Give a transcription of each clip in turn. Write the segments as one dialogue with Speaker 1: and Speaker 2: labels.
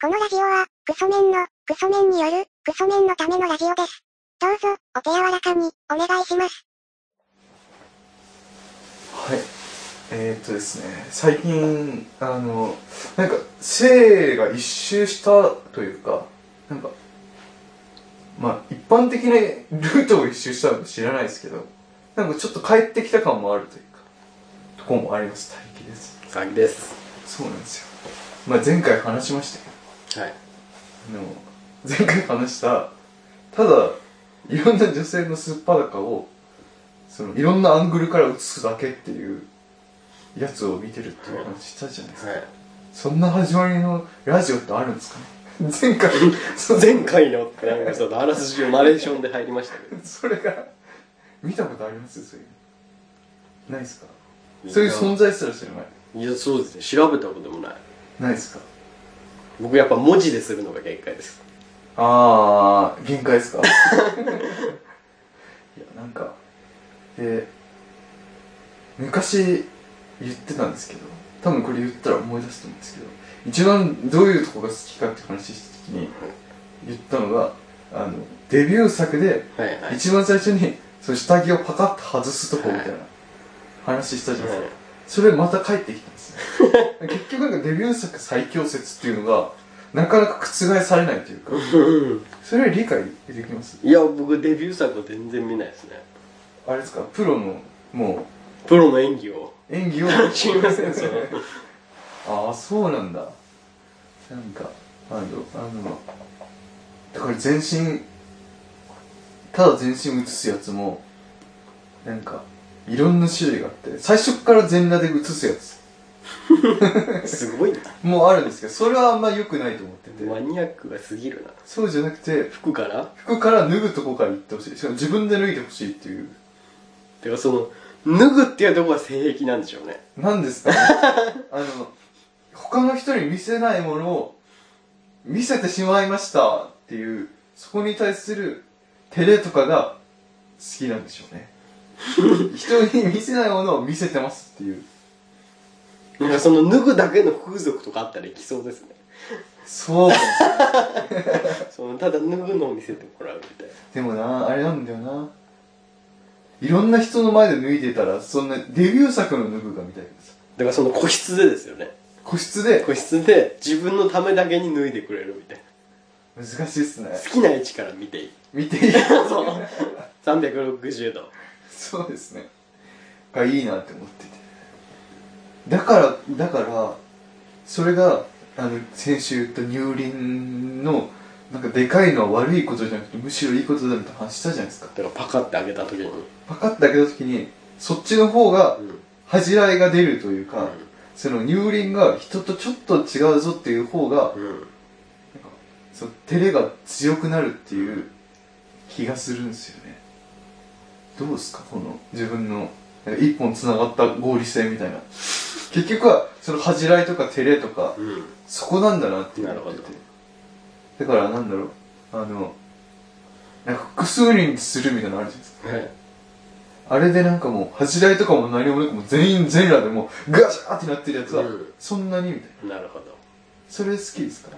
Speaker 1: このラジオは、クソメンの、クソメンによる、クソメンのためのラジオです。どうぞ、お手柔らかに、お願いします。
Speaker 2: はい。えー、っとですね、最近、あの、なんか、生が一周したというか、なんか、まあ、一般的なルートを一周したのか知らないですけど、なんかちょっと帰ってきた感もあるというか、とこもあります、大輝です。
Speaker 3: 感激です
Speaker 2: そうなんですよ。まあ、前回話しましたけど、
Speaker 3: はい
Speaker 2: あの前回話したただいろんな女性の素っ裸をそのいろんなアングルから映すだけっていうやつを見てるっていう話したじゃないですか、
Speaker 3: はい
Speaker 2: そんな始まりのラジオってあるんですかね 前回そ
Speaker 3: 前回のってなんかちょっとあらすじをナレーションで入りましたけ
Speaker 2: それが見たことありますそういうないですか
Speaker 3: ど
Speaker 2: そういう存在すら知らない
Speaker 3: いやそうですね調べたこともない
Speaker 2: ないですか
Speaker 3: 僕やっぱ文字でするのが限界です
Speaker 2: あー、限界 ですかいや、なんか、で、昔言ってたんですけど、多分これ言ったら思い出すと思うんですけど、一番どういうとこが好きかって話した時に言ったのが、あの、デビュー作で、
Speaker 3: はいはい
Speaker 2: 一番最初に、その下着をパカッと外すとこみたいな話したじゃないですか。それまた帰ってきたんです よ結局なんかデビュー作最強説っていうのがなかなか覆されないというかそれは理解できます
Speaker 3: いや僕デビュー作は全然見ないですね
Speaker 2: あれですかプロのも
Speaker 3: プロの演技を
Speaker 2: う演技を
Speaker 3: 知りませんそれ
Speaker 2: ああそうなんだなんかあのあのだから全身ただ全身映すやつもなんかいろんな種類があって最初から全裸で映すやつ
Speaker 3: すごいな
Speaker 2: もあるんですけどそれはあんま良くないと思ってて
Speaker 3: マニアックが過ぎるな
Speaker 2: そうじゃなくて
Speaker 3: 服から
Speaker 2: 服から脱ぐとこから行ってほしいしかも自分で脱いでほしいっていう
Speaker 3: てかその脱ぐっていうとこが性癖なんでしょうね
Speaker 2: 何 ですかねあの他の人に見せないものを見せてしまいましたっていうそこに対する照れとかが好きなんでしょ うね人に見せないものを見せてますっていう
Speaker 3: なんかその脱ぐだけの風俗とかあったらいきそうですね
Speaker 2: そうかもしれない
Speaker 3: そのただ脱ぐのを見せてもらうみたいな
Speaker 2: でもなあれなんだよないろんな人の前で脱いでたらそんなデビュー作の脱ぐかみたいなさ
Speaker 3: だからその個室でですよね
Speaker 2: 個室で
Speaker 3: 個室で自分のためだけに脱いでくれるみたい
Speaker 2: 難しいっすね
Speaker 3: な好きな位置から見ていい
Speaker 2: 見ていい
Speaker 3: そう360度
Speaker 2: そうですねがいいなって思っててだからだからそれがあの先週言った乳輪のなんかでかいのは悪いことじゃなくてむしろいいことだみたいな話したじゃないですか
Speaker 3: だからパカって開けた時に、
Speaker 2: パカッて開けた時にそっちの方が恥じらいが出るというか、その乳輪が人とちょっと違うぞっていう方が
Speaker 3: うん、うん、
Speaker 2: その照れが強くなるっていう気がするんですよねどうですかこの自分のなんか一本つながった合理性みたいな結局はその恥じらいとか照れとか
Speaker 3: うん、
Speaker 2: そこなんだなって思
Speaker 3: な
Speaker 2: っ
Speaker 3: る
Speaker 2: て
Speaker 3: ほ
Speaker 2: てだからなんだろうあのなんか複数人するみたいなのあるじゃないですか
Speaker 3: はい
Speaker 2: あれでなんかもう恥じらいとかも何もなくもう全員全裸でもうガシャーってなってるやつは、
Speaker 3: うん
Speaker 2: そんなにみたいな
Speaker 3: なるほど
Speaker 2: それ好きですか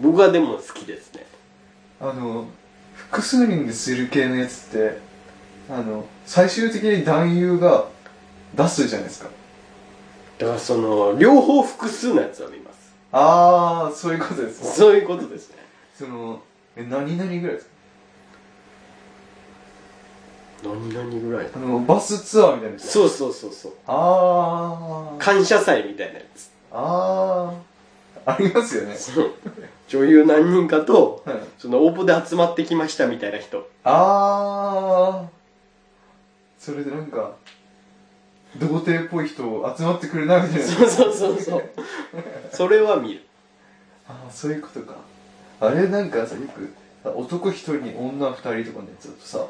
Speaker 3: 僕はでも好きですね
Speaker 2: あの複数人でする系のやつってあの最終的に男優が出すじゃないですか
Speaker 3: だからその両方複数のやつは見ます
Speaker 2: ああそういうことですか
Speaker 3: そういうことですね
Speaker 2: そのえ何々ぐらいですか
Speaker 3: 何々ぐらいだ
Speaker 2: あのバスツアーみたいなやつ
Speaker 3: そうそうそうそう
Speaker 2: あー
Speaker 3: 感謝祭みたいなやつ
Speaker 2: あーありますよね
Speaker 3: そう女優何人かと
Speaker 2: はい
Speaker 3: その応募で集まってきましたみたいな人
Speaker 2: ああそれでなんか童貞っぽい人集まってくれないみたいな
Speaker 3: そうそうそうそうそれは見る
Speaker 2: ああそういうことかあれなんかさよくさ男一人に女二人とかのやつだとさ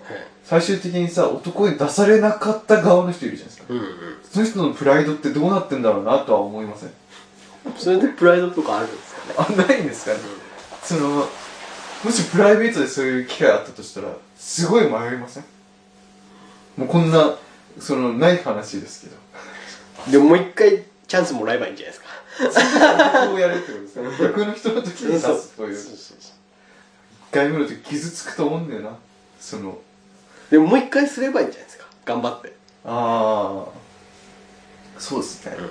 Speaker 2: 最終的にさ男に出されなかった側の人いるじゃないですか
Speaker 3: うんうん
Speaker 2: その人のプライドってどうなってんだろうなとは思いません
Speaker 3: それでプライドとかあるんですかね
Speaker 2: あないんですかねそのもしプライベートでそういう機会あったとしたらすごい迷いませんもうこんなそのない話ですけど
Speaker 3: でももう一回チャンスもらえばいいんじゃないですか
Speaker 2: 逆をやるってことですか逆の人の時に出
Speaker 3: そう
Speaker 2: すという
Speaker 3: そう
Speaker 2: 1
Speaker 3: そうそう
Speaker 2: 回目の時傷つくと思うんだよなその
Speaker 3: でももう一回すればいいんじゃないですか頑張って
Speaker 2: ああそうですね、
Speaker 3: うん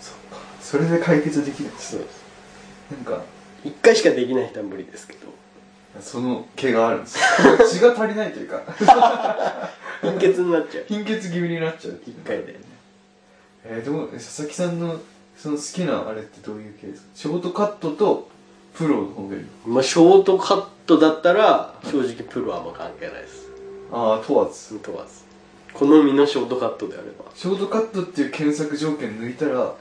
Speaker 2: そっかそれで解決できるんです
Speaker 3: そう
Speaker 2: なんか
Speaker 3: 一回しかできない人は無理ですけど
Speaker 2: その毛があるんですよ血が足りないというか
Speaker 3: 貧血になっちゃう
Speaker 2: 貧血気味になっちゃうっていうのがあるんだよねえー、でも佐々木さんのその好きなあれってどういう系ですかショートカットとプロの方がいい
Speaker 3: まあショートカットだったら正直プロはあんま関係ないです
Speaker 2: ああ問わず
Speaker 3: 問わず好みのショートカットであれば
Speaker 2: ショートカットっていう検索条件抜いたら
Speaker 3: はい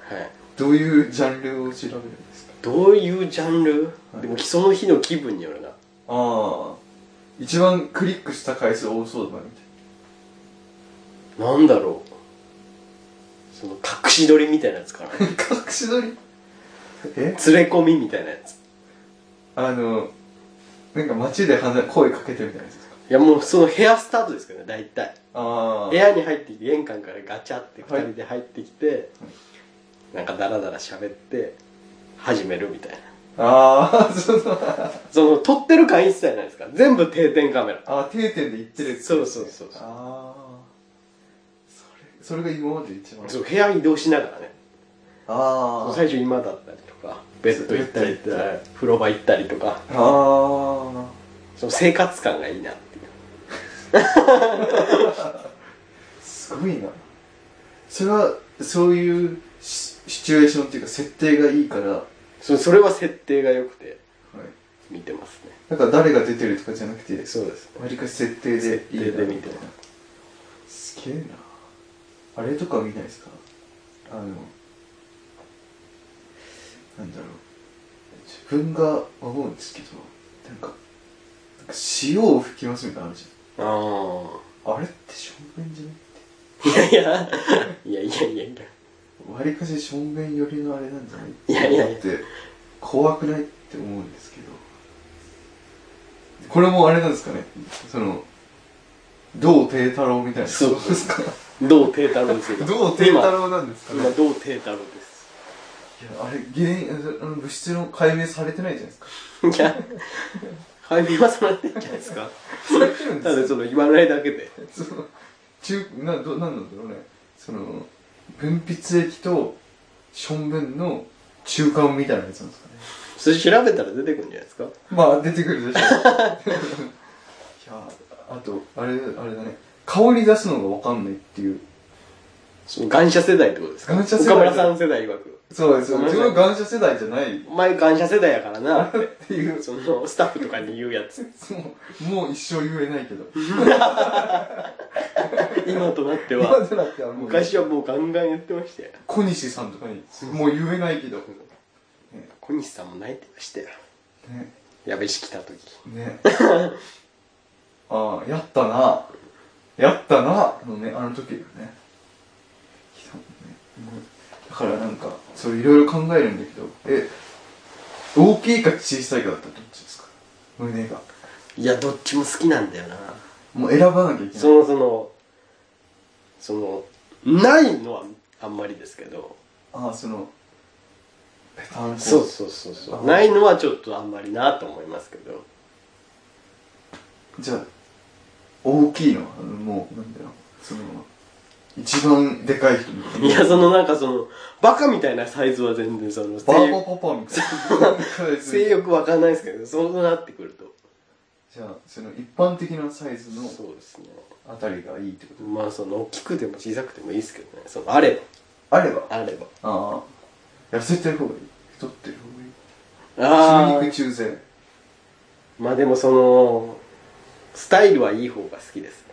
Speaker 2: どういうジャンルを調べるんですか
Speaker 3: どういうジャンル、
Speaker 2: はい
Speaker 3: でもその日の気分によるな
Speaker 2: ああ一番クリックした回数多そうだなみたい
Speaker 3: なんだろうその隠し撮りみたいなやつかな 連
Speaker 2: な隠し撮りえ
Speaker 3: れ込みみたいなやつ
Speaker 2: あのなんか街で話声かけてみたいなやつですか
Speaker 3: いやもうその部屋スタートですけどね大体
Speaker 2: あ
Speaker 3: 部屋に入ってきて玄関からガチャって2人で入ってきて、なんかダラダラ喋って始めるみたいな
Speaker 2: ああ その
Speaker 3: その撮ってる感一切ないですから全部定点カメラ
Speaker 2: あ定点で言ってるやつ
Speaker 3: そうそうそうそう
Speaker 2: ああそれそれが今まで一番
Speaker 3: そう部屋移動しながらね
Speaker 2: ああ
Speaker 3: 最初今だったりとかベッド行ったりとか
Speaker 2: ベッド行
Speaker 3: 風呂場行ったりとか
Speaker 2: ああ
Speaker 3: その生活感がいいなっていう
Speaker 2: すごいなそれはそういうシシチュエーションっていうか設定がいいから、はい、
Speaker 3: そそれは設定が良くて見てますね
Speaker 2: なんか誰が出てるとかじゃなくて
Speaker 3: そうです
Speaker 2: わりかし設定でいいな
Speaker 3: 設定で見てる
Speaker 2: すげえなあれとか見ないですかあのなんだろう自分が思うんですけどなんかなんか潮を吹きますみたいなのあるじ
Speaker 3: ああ
Speaker 2: ゃんあれってしょんべんじゃない
Speaker 3: いやいやいやいやいやいや
Speaker 2: わりかししょんべん寄りのあれなんじゃない
Speaker 3: いやいやいや
Speaker 2: って怖くないって思うんですけどこれもあれなんですかねそのどう貞太郎みたいな
Speaker 3: そう
Speaker 2: ですか
Speaker 3: どう定太郎ですよ
Speaker 2: どう貞太郎なんですかね
Speaker 3: 今今どう定太郎です
Speaker 2: いやあれ原因あの物質の解明されてないじゃないですか
Speaker 3: いや解明はされてんじゃないですか
Speaker 2: されてるん
Speaker 3: た
Speaker 2: で
Speaker 3: だ
Speaker 2: す
Speaker 3: その言わないだけで
Speaker 2: その中などなんなんだろうねその分泌液としょんべんの中間みたいなやつなんですかね
Speaker 3: それ調べたら出てくるんじゃないですか
Speaker 2: まあ出てくるでしょいやあとあれあれだね顔に出すのがわかんないっていう
Speaker 3: その感謝世代ってことですか
Speaker 2: 願捨世代
Speaker 3: 岡村さん世代曰く
Speaker 2: そうですよ
Speaker 3: ごめん
Speaker 2: 自
Speaker 3: なさい
Speaker 2: 分は感謝世代じゃないっ
Speaker 3: お前感謝世代やからなって
Speaker 2: ていう
Speaker 3: そのスタッフとかに言うやつ
Speaker 2: もうもう一生言えない けど
Speaker 3: 今となって
Speaker 2: 今
Speaker 3: は
Speaker 2: となってはもう
Speaker 3: 昔はもうガンガン言ってましたよ
Speaker 2: 小西さんとかにもう言えないけど
Speaker 3: 小西さんも泣いてましたよ
Speaker 2: ね
Speaker 3: 矢部市来た時
Speaker 2: ねああやったなやったなのねあの時だよねひどいねもうだからなんかそういろいろ考えるんだけどえ大きいか小さいかだったらどっちですか胸が
Speaker 3: いやどっちも好きなんだよな
Speaker 2: もう選ばなきゃいけな
Speaker 3: そ
Speaker 2: い
Speaker 3: のそのそのないのはあんまりですけど
Speaker 2: ああそのペタンコ
Speaker 3: そうそうそう
Speaker 2: あ
Speaker 3: そ
Speaker 2: ー
Speaker 3: うないのはちょっとあんまりなと思いますけど
Speaker 2: じゃあ大きいのはもうなんだよその一番でかい人
Speaker 3: いやそのなんかそのバカみたいなサイズは全然その
Speaker 2: バ
Speaker 3: 性
Speaker 2: ー
Speaker 3: 欲
Speaker 2: バパパみたい な
Speaker 3: 性欲わかんないですけどそうなってくると
Speaker 2: じゃあその一般的なサイズの
Speaker 3: そうですね
Speaker 2: あたりがいいってこ
Speaker 3: まあその大きくても小さくてもいいですけどねそのあれ
Speaker 2: とあれば
Speaker 3: ばあれば
Speaker 2: ああ痩せてる方がいい太ってる方が
Speaker 3: あ
Speaker 2: いい中
Speaker 3: あ
Speaker 2: 肉中背
Speaker 3: まあでもそのスタイルはいい方が好きですね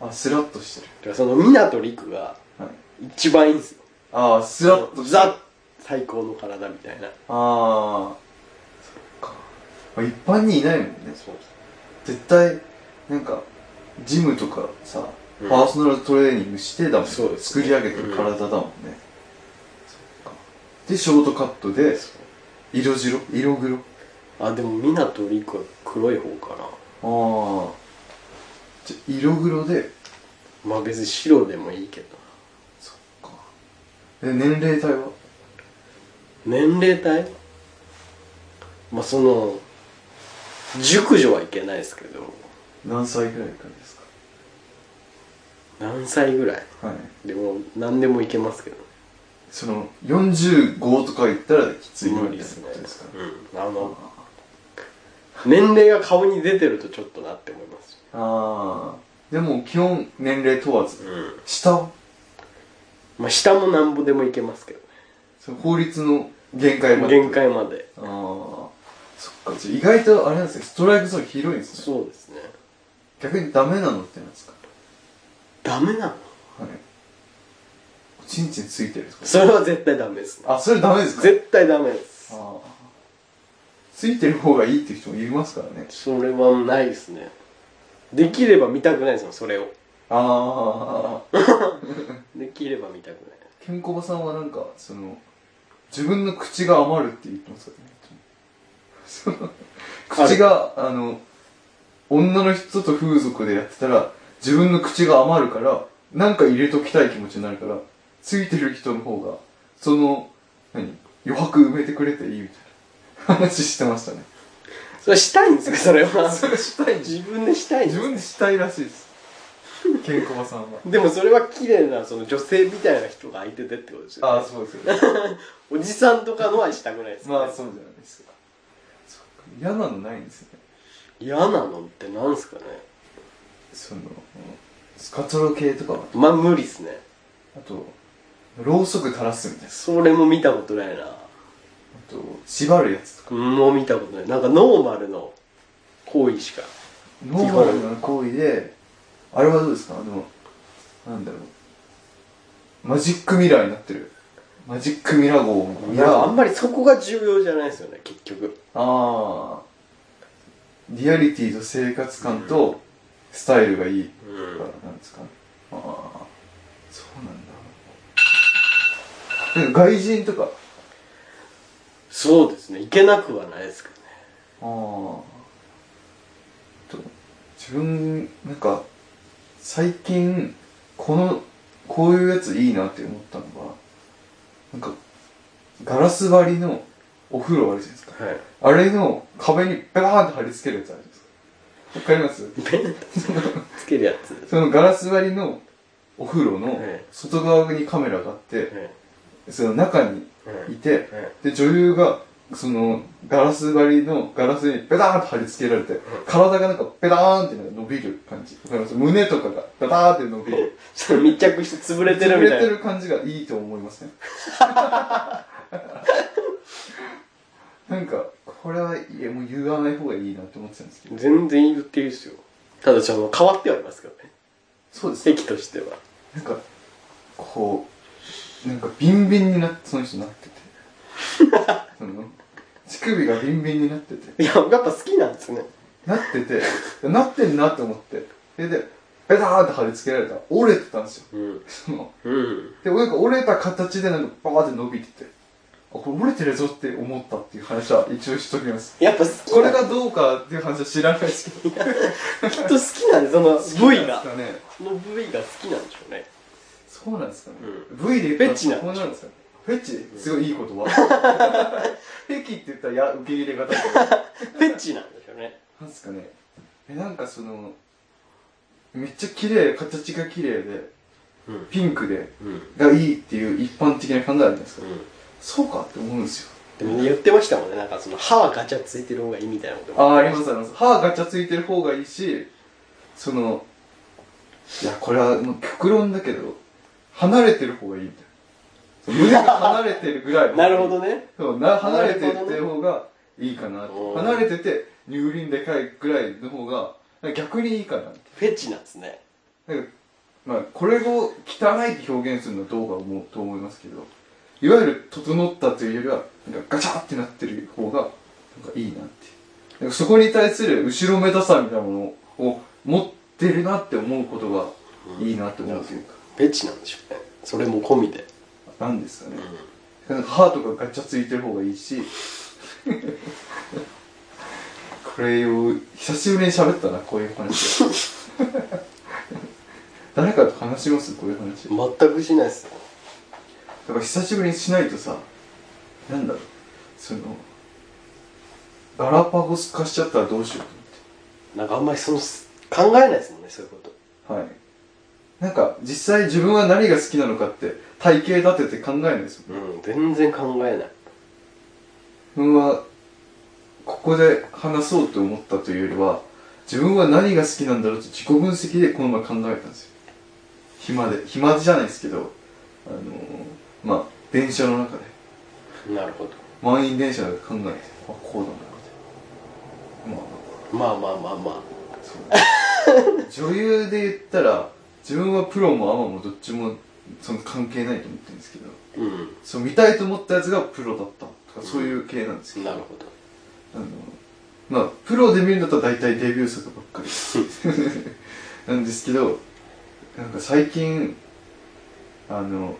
Speaker 2: あスラッとして
Speaker 3: だからその湊陸が
Speaker 2: るはい
Speaker 3: 一番いいんですよ
Speaker 2: ああスラッとしてる
Speaker 3: ザ最高の体みたい
Speaker 2: あ
Speaker 3: な
Speaker 2: あそっか、まあ、一般にいないもんね
Speaker 3: そう
Speaker 2: 絶対なんかジムとかさ、
Speaker 3: うん
Speaker 2: パーソナルトレーニングしてだもん
Speaker 3: そうです
Speaker 2: 作
Speaker 3: ね
Speaker 2: り上げてる体だもんね、そっかでショートカットで色白色黒
Speaker 3: あでも湊陸は黒い方かな
Speaker 2: ああじゃあ色黒で
Speaker 3: まあ別に白でもいいけど
Speaker 2: そっかえ年齢帯は
Speaker 3: 年齢帯まあその熟女はいけないですけど
Speaker 2: 何歳ぐらいからです
Speaker 3: 何歳ぐらい
Speaker 2: かはい
Speaker 3: でも何でもいけますけどね
Speaker 2: その45とか言ったらきついみたいな
Speaker 3: 無
Speaker 2: こ
Speaker 3: 理
Speaker 2: と
Speaker 3: ですね
Speaker 2: ですか
Speaker 3: うんあの年齢が顔に出てるとちょっとなって思います
Speaker 2: ああでも基本年齢問わず
Speaker 3: うん
Speaker 2: 下は
Speaker 3: まあ下もなんぼでもいけますけど
Speaker 2: その法律の限界ま
Speaker 3: ね
Speaker 2: で
Speaker 3: 限界まで
Speaker 2: ああそっかじゃあ意外とあれなんですねストライクゾーン広いんですね
Speaker 3: そうですね
Speaker 2: 逆にダメなのってなんですか
Speaker 3: ダメなの
Speaker 2: はいおちんちんついてるとか
Speaker 3: それは絶対ダメですね
Speaker 2: あそれダメですか
Speaker 3: 絶対ダメです
Speaker 2: ああついてる方がいいっていう人もいますからね
Speaker 3: それはないですねできれば見たくないですもんそれを
Speaker 2: ああ
Speaker 3: できれば見たくない
Speaker 2: ケンコバさんはなんかその自分の口が余るって言ってますからねその口があの女の人と風俗でやってたら自分の口が余るからなんか入れときたい気持ちになるからついてる人の方がその何余白埋めてくれていいみたいな話してましたね
Speaker 3: それしたいんですかそれは
Speaker 2: れしたい
Speaker 3: 自分でしたいんで
Speaker 2: 自
Speaker 3: す
Speaker 2: 分でしたいらしいですケンコバさんは
Speaker 3: でもそれは綺麗なその女性みたいな人が相手でってことですよ、ね、
Speaker 2: ああそうですよね
Speaker 3: おじさんとかのはしたくないですね
Speaker 2: まあそうじゃないですかそっか嫌なのないんですよね
Speaker 3: 嫌なのってなんすかね
Speaker 2: そのスカトロ系とかは
Speaker 3: まあ無理っすね
Speaker 2: あとろうそく垂らすみたいな
Speaker 3: それも見たことないな
Speaker 2: あと縛るやつとか
Speaker 3: もう見たことないなんかノーマルの行為しか
Speaker 2: ノーマルな行為であれはどうですかあのなんだろうマジックミラーになってるマジックミラー号
Speaker 3: い
Speaker 2: いや
Speaker 3: やあん
Speaker 2: あ
Speaker 3: まりそこが重要じゃないですよね結局
Speaker 2: あリアリティと生活感とスタイルがいい
Speaker 3: うん
Speaker 2: だからなんですかねああそうなんだなんか外人とか
Speaker 3: そうですねいけなくはないですけどね
Speaker 2: ああと自分なんか最近このこういうやついいなって思ったのがなんかガラス張りのお風呂あるじゃないですか
Speaker 3: はい
Speaker 2: あれの壁にバーンと貼り付けるやつあるじゃないですかわかります
Speaker 3: ペン つけるやつ
Speaker 2: そのガラス張りのお風呂の
Speaker 3: ええ
Speaker 2: 外側にカメラがあって
Speaker 3: はい
Speaker 2: その中にいて
Speaker 3: はいはい
Speaker 2: で女優がそのガラス張りのガラスにペターンと貼り付けられて体がなんかペターンってなんか伸びる感じわかります胸とかがペターンって伸びる
Speaker 3: それ密着して潰れてる
Speaker 2: 潰れ
Speaker 3: みたい
Speaker 2: て
Speaker 3: な
Speaker 2: る感じがいいと思い ますねなんかこれはいやもう言わない方がいいなって思ってたんですけど
Speaker 3: 全然言っていいですよただちょっと変わってはいますけどね
Speaker 2: そうです
Speaker 3: 席としては
Speaker 2: なんかこうなんかビンビンになってその人なっててその乳首がビンビンになってて
Speaker 3: いややっぱ好きなんですね
Speaker 2: なってて、なってんなって思って。それで、ペターンって貼り付けられたら折れてたんですよ。
Speaker 3: うん
Speaker 2: その、
Speaker 3: うん
Speaker 2: で、なんか折れた形でなんかバーって伸びてて、あ、これ折れてるぞって思ったっていう話は一応しときます。
Speaker 3: やっぱ好き
Speaker 2: こ
Speaker 3: な
Speaker 2: れ
Speaker 3: ん
Speaker 2: がどうかっていう話は知らないですけど。
Speaker 3: きっと好きなんでその部位
Speaker 2: 好きなんです
Speaker 3: が
Speaker 2: かね。
Speaker 3: その部位が好きなんでしょうね
Speaker 2: そうなんですかね。
Speaker 3: う
Speaker 2: V で言ったら
Speaker 3: フェチなんでしょ
Speaker 2: そうなんですかね。フェチすごいいい言葉。 フェキって言ったらや受け入れ方だけど
Speaker 3: フェチなんでしょうね
Speaker 2: なんすかねえなんかそのめっちゃ綺麗形が綺麗で、
Speaker 3: うん
Speaker 2: ピンクで
Speaker 3: うん
Speaker 2: がいいっていう一般的な考えあるじゃないですか、
Speaker 3: うん
Speaker 2: そうかって思うんですよ
Speaker 3: でも言ってましたもんねなんかその歯はガチャついてる方がいいみたいなことも
Speaker 2: ああありますあります歯ガチャついてる方がいいしそのいやこれはもう極論だけど離れてる方がいいみたいなそう胸が離れてるぐらいの
Speaker 3: なるほどね
Speaker 2: そうな離れて
Speaker 3: なる
Speaker 2: っ
Speaker 3: ほ
Speaker 2: て
Speaker 3: どね
Speaker 2: 方がいいかなって
Speaker 3: おー
Speaker 2: 離れてて乳輪でかいぐらいの方が逆にいいかなって
Speaker 3: フェチなんですね
Speaker 2: なんかまあ、これを汚いって表現するのはどうか思うと思いますけど、いわゆる整ったというよりは、なんかガチャってなってる方が、なんかいいなっていう。なんかそこに対する後ろめたさみたいなものを持ってるなって思うことがいいなって思うというか、
Speaker 3: フェチなんでしょうねそれも込みで
Speaker 2: なんですかね。なんか歯とかガチャついてる方がいいし、これを久しぶりに喋ったな、こういう話。誰かと話しますこういう話。
Speaker 3: 全くしないっすよ
Speaker 2: だから久しぶりにしないとさなんだろうそのガラパゴス化しちゃったらどうしよう
Speaker 3: なんかあんまりその考えないですもんねそういうこと
Speaker 2: と思ってはいなんか実際自分は何が好きなのかって体系立てて考えないですよ
Speaker 3: うん全然考えない
Speaker 2: 自分はここで話そうと思ったというよりは自分は何が好きなんだろうと自己分析でこの前考えたんですよ暇で暇じゃないですけどあのー、まあ電車の中で
Speaker 3: なるほど
Speaker 2: 満員電車で考えてあこうだなってま
Speaker 3: まあまあまあまあ
Speaker 2: あそう女優で言ったら自分はプロもアマもどっちもその関係ないと思ってるんですけど
Speaker 3: う
Speaker 2: そう見たいと思ったやつがプロだったとかそういう系なんですけ
Speaker 3: ん
Speaker 2: ど、
Speaker 3: なるほど
Speaker 2: あのまあプロで見るんだったら大体デビュー作ばっかり なんですけどなんか最近あの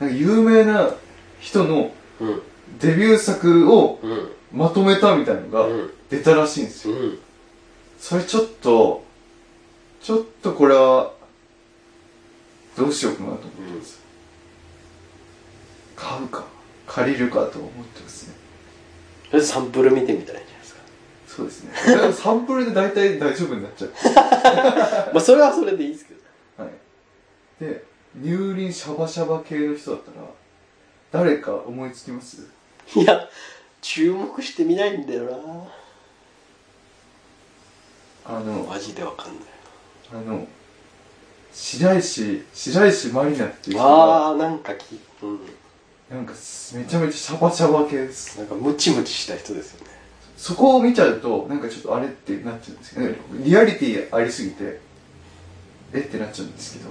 Speaker 2: なんか有名な人の
Speaker 3: うん
Speaker 2: デビュー作を
Speaker 3: うん
Speaker 2: まとめたみたいのが
Speaker 3: うん
Speaker 2: 出たらしいんですよ
Speaker 3: うん
Speaker 2: それちょっとちょっとこれはどうしようかなと思ってます、買うか借りるかと思ってますね
Speaker 3: とりあえずサンプル見てみたらいいんじゃないですか
Speaker 2: そうですね。だからサンプルで大体大丈夫になっちゃう。
Speaker 3: まあそれはそれでいいですけど
Speaker 2: はい。で、乳輪シャバシャバ系の人だったら、誰か思いつきます
Speaker 3: いや注目してみないんだよ
Speaker 2: あ
Speaker 3: な
Speaker 2: の、
Speaker 3: マジでわかんない
Speaker 2: あの、白石、白石まりなっていう人が、
Speaker 3: あーなんかきうん
Speaker 2: なんかめちゃめちゃシャバシャバ系です。
Speaker 3: なんかムチムチした人ですよね
Speaker 2: そこを見ちゃうと、なんかちょっとあれってなっちゃうんですけど、リアリティありすぎて、えってなっちゃうんですけど、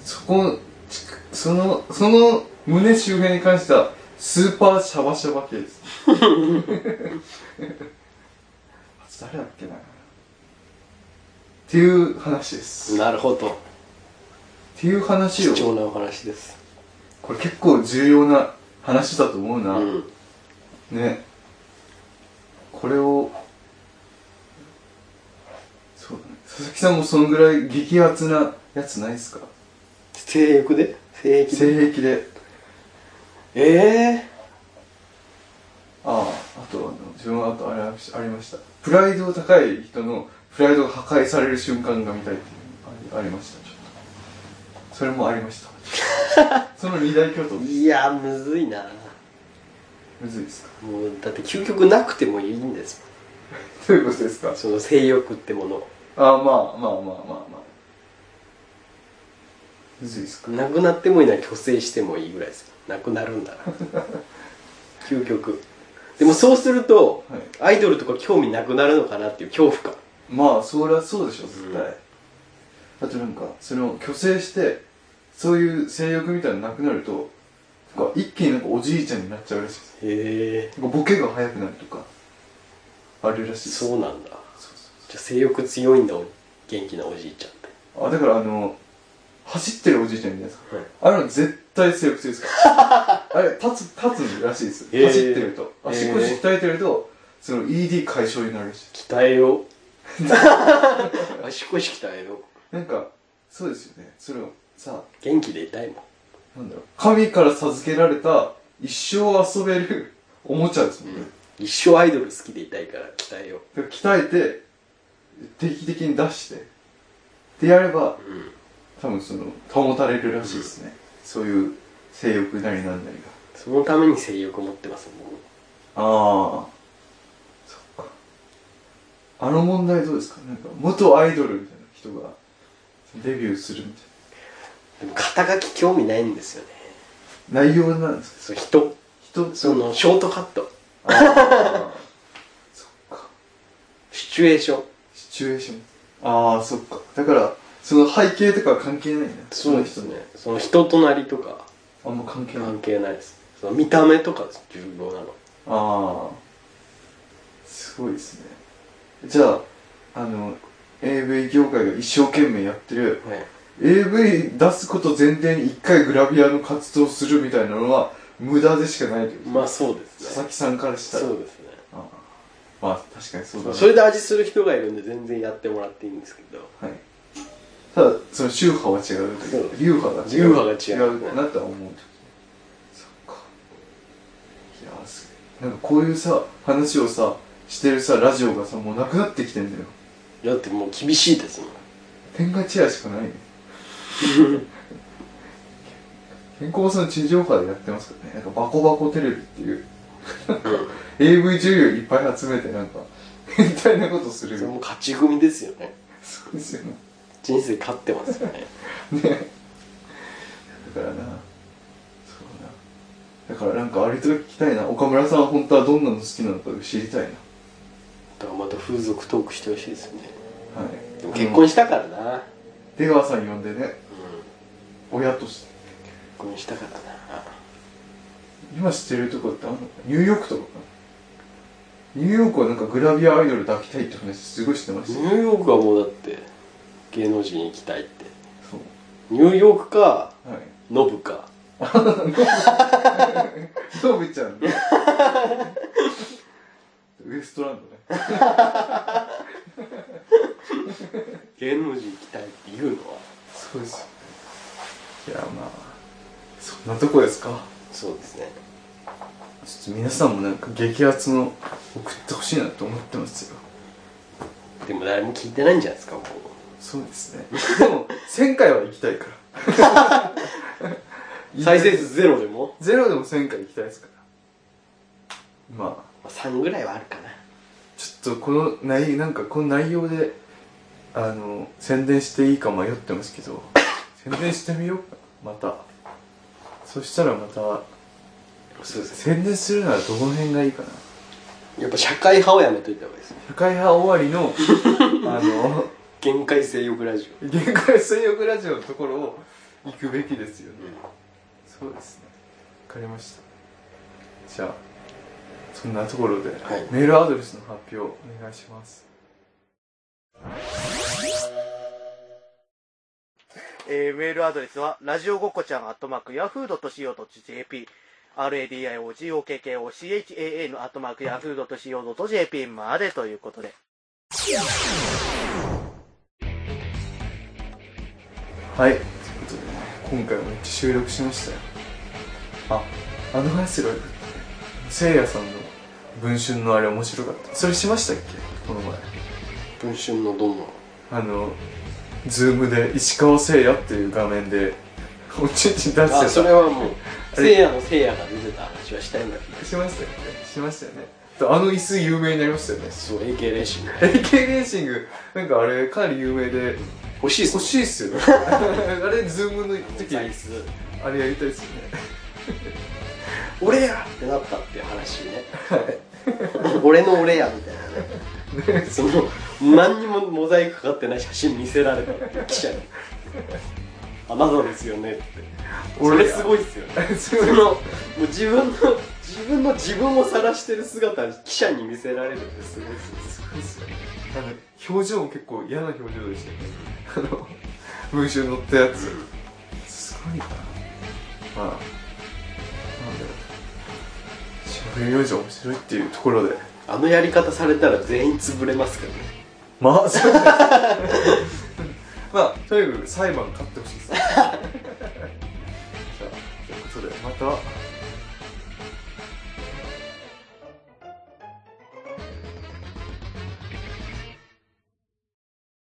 Speaker 2: そこ、ちくその、その胸周辺に関しては、スーパーシャバシャバ系です。あと誰だっけなっていう話です。っ
Speaker 3: なるほど
Speaker 2: ていう話
Speaker 3: 貴
Speaker 2: を、
Speaker 3: 重なお話です
Speaker 2: これ結構重要な話だと思う
Speaker 3: う
Speaker 2: な。
Speaker 3: ん
Speaker 2: ねこれをそうだね佐々木さんもそのぐらい激アツなやつないですか
Speaker 3: 性欲で性欲で
Speaker 2: 性癖で
Speaker 3: え
Speaker 2: あああとあの自分はあとあれありましたプライド高い人のプライドが破壊される瞬間が見たいっていうのがありありましたちょっとそれもありました その二大巨頭
Speaker 3: えいやむずいな
Speaker 2: むずいですか
Speaker 3: もうだって究極なくてもいいんです
Speaker 2: どういうことですか
Speaker 3: もんその性欲ってもの
Speaker 2: ああまあまあまあまあまあむずいですか
Speaker 3: なくなってもいいなら虚勢してもいいぐらいですなくなる んだら究極でもそうすると、
Speaker 2: はい
Speaker 3: アイドルとか興味なくなるのかなっていう恐怖感
Speaker 2: まあそりゃそうでしょ絶対、
Speaker 3: うん
Speaker 2: あとなんかその虚勢してそういう性欲みたいなのなくなるとなんか一気になんかおじいちゃんになっちゃうらしいです
Speaker 3: へえ
Speaker 2: なんかボケが早くなるとかあるらしいです
Speaker 3: そうなんだ
Speaker 2: そうそ
Speaker 3: じゃあ性欲強いんだお元気なおじいちゃんって
Speaker 2: うそうあだからあの走ってるおじいちゃんいるじゃないですか
Speaker 3: はい
Speaker 2: あれは絶対性欲強いですから あれ立つ立つらしいです、
Speaker 3: へー
Speaker 2: 走ってると足腰
Speaker 3: へー
Speaker 2: 鍛えてるとその ED 解消になるらしい
Speaker 3: 鍛えよ う足腰鍛えよう
Speaker 2: なんかそうですよねそれをさ
Speaker 3: 元気でいたいも
Speaker 2: な
Speaker 3: ん
Speaker 2: んだろう神から授けられた一生遊べるおもちゃですもんね、
Speaker 3: 一生アイドル好きでいたいから鍛えよう
Speaker 2: で鍛えて定期的に出してってやれば
Speaker 3: うん
Speaker 2: 多分その保たれるらしいですね、そういう性欲なりなんなりが
Speaker 3: そのために性欲持ってます僕
Speaker 2: ああそっかあの問題どうですかなんか元アイドルみたいな人がデビューするみたい
Speaker 3: でも肩書き興味ないんですよね
Speaker 2: な内容なんですか
Speaker 3: そう人
Speaker 2: 人
Speaker 3: そのショートカット
Speaker 2: あーそっか
Speaker 3: シチュエーション
Speaker 2: シチュエーションああそっかだからその背景とかは関係ないね
Speaker 3: その人その人となりとか
Speaker 2: あんま関係ない、
Speaker 3: 関係ないですその見た目とかです重要なの
Speaker 2: ああすごいですねじゃああの AV 業界が一生懸命やってる
Speaker 3: ね
Speaker 2: AV 出すこと前提に一回グラビアの活動するみたいなのは無駄でしかないという
Speaker 3: まあそうで
Speaker 2: 佐
Speaker 3: すね
Speaker 2: 々木さんからしたら
Speaker 3: そうですね
Speaker 2: ああまあ確かにそうだね
Speaker 3: それで味する人がいるんで全然やってもらっていいんですけど
Speaker 2: はい、ただその宗派は違うという
Speaker 3: そう
Speaker 2: 流派が違う
Speaker 3: 流派が違う
Speaker 2: なとは思うなんかこういうさ話をさしてるさラジオがさもうなくなってきてんだよ
Speaker 3: だってもう厳しいですもん
Speaker 2: 天下チェアしかないね健康さん地上波でやってますからねなんかバコバコテレビっていう AV 女優いっぱい集めてなんか変態なことする
Speaker 3: それも
Speaker 2: そう
Speaker 3: 勝ち組ですよね
Speaker 2: うですよね
Speaker 3: 人生勝ってますよね
Speaker 2: ねだからなそうだなだからなんかあれと聞きたいな岡村さんは本当はどんなの好きなのか知りたいな
Speaker 3: だからまた風俗トークしてほしいですよね
Speaker 2: はい
Speaker 3: でも結婚したからな、
Speaker 2: 出川さん呼んでね
Speaker 3: うん
Speaker 2: 親として
Speaker 3: 結婚したからな
Speaker 2: 今知ってるとこってあんのニューヨークとかかなニューヨークはなんかグラビアアイドル抱きたいって話すごいしてました
Speaker 3: ニ
Speaker 2: よ
Speaker 3: ューヨークはもうだって芸能人行きたいって
Speaker 2: そう
Speaker 3: ニューヨークか
Speaker 2: はい
Speaker 3: ノブか
Speaker 2: ノブちゃんね ウエストランドね
Speaker 3: 芸能人行きたいっていうのは
Speaker 2: そうですよいやまあそんなとこですか
Speaker 3: そうですね
Speaker 2: ちょっと皆さんもなんか激アツの送ってほしいなと思ってますよ
Speaker 3: でも誰も聞いてないんじゃないですかもう
Speaker 2: そうですねでも1000回は行きたいから
Speaker 3: 再生数ゼロでも、
Speaker 2: ゼロでも1000回行きたいですからまあ
Speaker 3: まあ、3ぐらいはあるかな
Speaker 2: ちょっとこの内なんかこの内容であの宣伝していいか迷ってますけど宣伝してみようかまたそしたらまた
Speaker 3: そうですね
Speaker 2: 宣伝するならどの辺がいいかな
Speaker 3: やっぱ社会派をやめといた方がいいですね
Speaker 2: 社会派終わりのあの
Speaker 3: 限界性欲ラジ
Speaker 2: 限界水浴ラジオのところを行くべきですよね
Speaker 3: オ、うん
Speaker 2: そうですねわかりましたじゃあそんなところで、
Speaker 3: はい
Speaker 2: メールアドレスの発表お願いします
Speaker 4: えーメールアドレスは、ラジオごこちゃん、アットマーク、ヤフードと .co.jp、radiogokochaa のアットマーク、ヤフードと .co.jp までということで。
Speaker 2: はいということでね今回もめっちゃ収録しましたよああの話がよかったねせいやさんの文春のあれ面白かったそれしましたっけこの前
Speaker 3: 文春のどんな
Speaker 2: あのズームで石川せいやっていう画面でおちんちん出してた
Speaker 3: あそれはもう
Speaker 2: あれ
Speaker 3: せいやのせいやが出てた話はしたいんだけど
Speaker 2: しましたよねしましたよねとあの椅子有名になりましたよね
Speaker 3: そう AK レーシング
Speaker 2: AK レーシングなんかあれかなり有名で
Speaker 3: 欲しいっす
Speaker 2: 欲
Speaker 3: ね
Speaker 2: しいっすよね あれズームの時
Speaker 3: 座椅子
Speaker 2: あれやりたいっすよね
Speaker 3: 俺やってなったっていう話ね俺の俺やみたいなねその何にもモザイクかかってない写真見せられたっていう記者に「あなたですよね」ってそ
Speaker 2: 俺
Speaker 3: れ
Speaker 2: や
Speaker 3: すごいっすよね
Speaker 2: す
Speaker 3: そ
Speaker 2: ごい
Speaker 3: のもう自分の自分の自分を晒してる姿記者に見せられるってすごいっすよね
Speaker 2: すごいっすよねあの表情も結構嫌な表情でしたよねあの文集乗ったやつすごいなまあなんだろうシャフより面白いっていうところで
Speaker 3: あのやり方されたら全員潰れますからね
Speaker 2: まあそうですまあと にかく裁判勝ってほしいですじゃあということでまた